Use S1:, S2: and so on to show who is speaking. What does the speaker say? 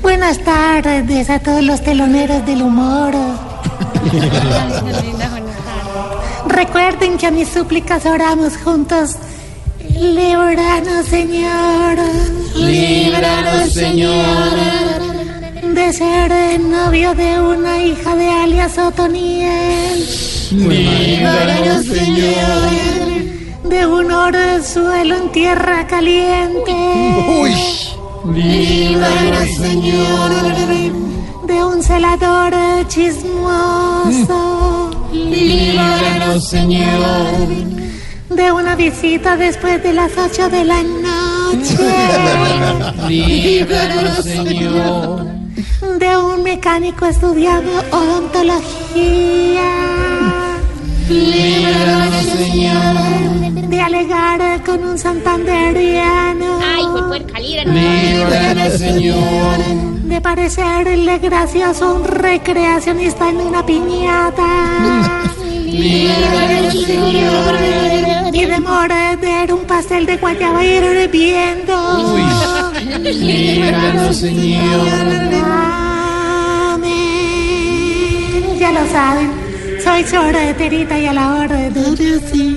S1: Buenas tardes a todos los teloneros del humor. Recuerden que a mis súplicas oramos juntos. Líbranos, Señor.
S2: Líbranos, Señor.
S1: De ser el novio de una hija de alias Otoniel.
S2: Líbranos, Señor.
S1: De un oro suelo en tierra caliente.
S2: Uy. Líbranos, Señor.
S1: De un celador chismoso.
S2: Líbranos, Señor.
S1: De una visita después de las ocho de la noche.
S2: Líbranos, Señor.
S1: De un mecánico estudiando odontología.
S2: Líbranos, Señor.
S1: De alegar con un santanderiano.
S3: Ay, fue puerca, líbranos.
S2: Líbranos, Señor.
S1: De parecerle gracioso a un recreacionista en una piñata.
S2: Líbranos, Señor.
S1: Y de morder un pastel de guayaba hirviendo.
S2: Líbranos, Señor.
S1: Amén. Ya lo saben, soy sorda de Terita y a la hora de Dios, sí.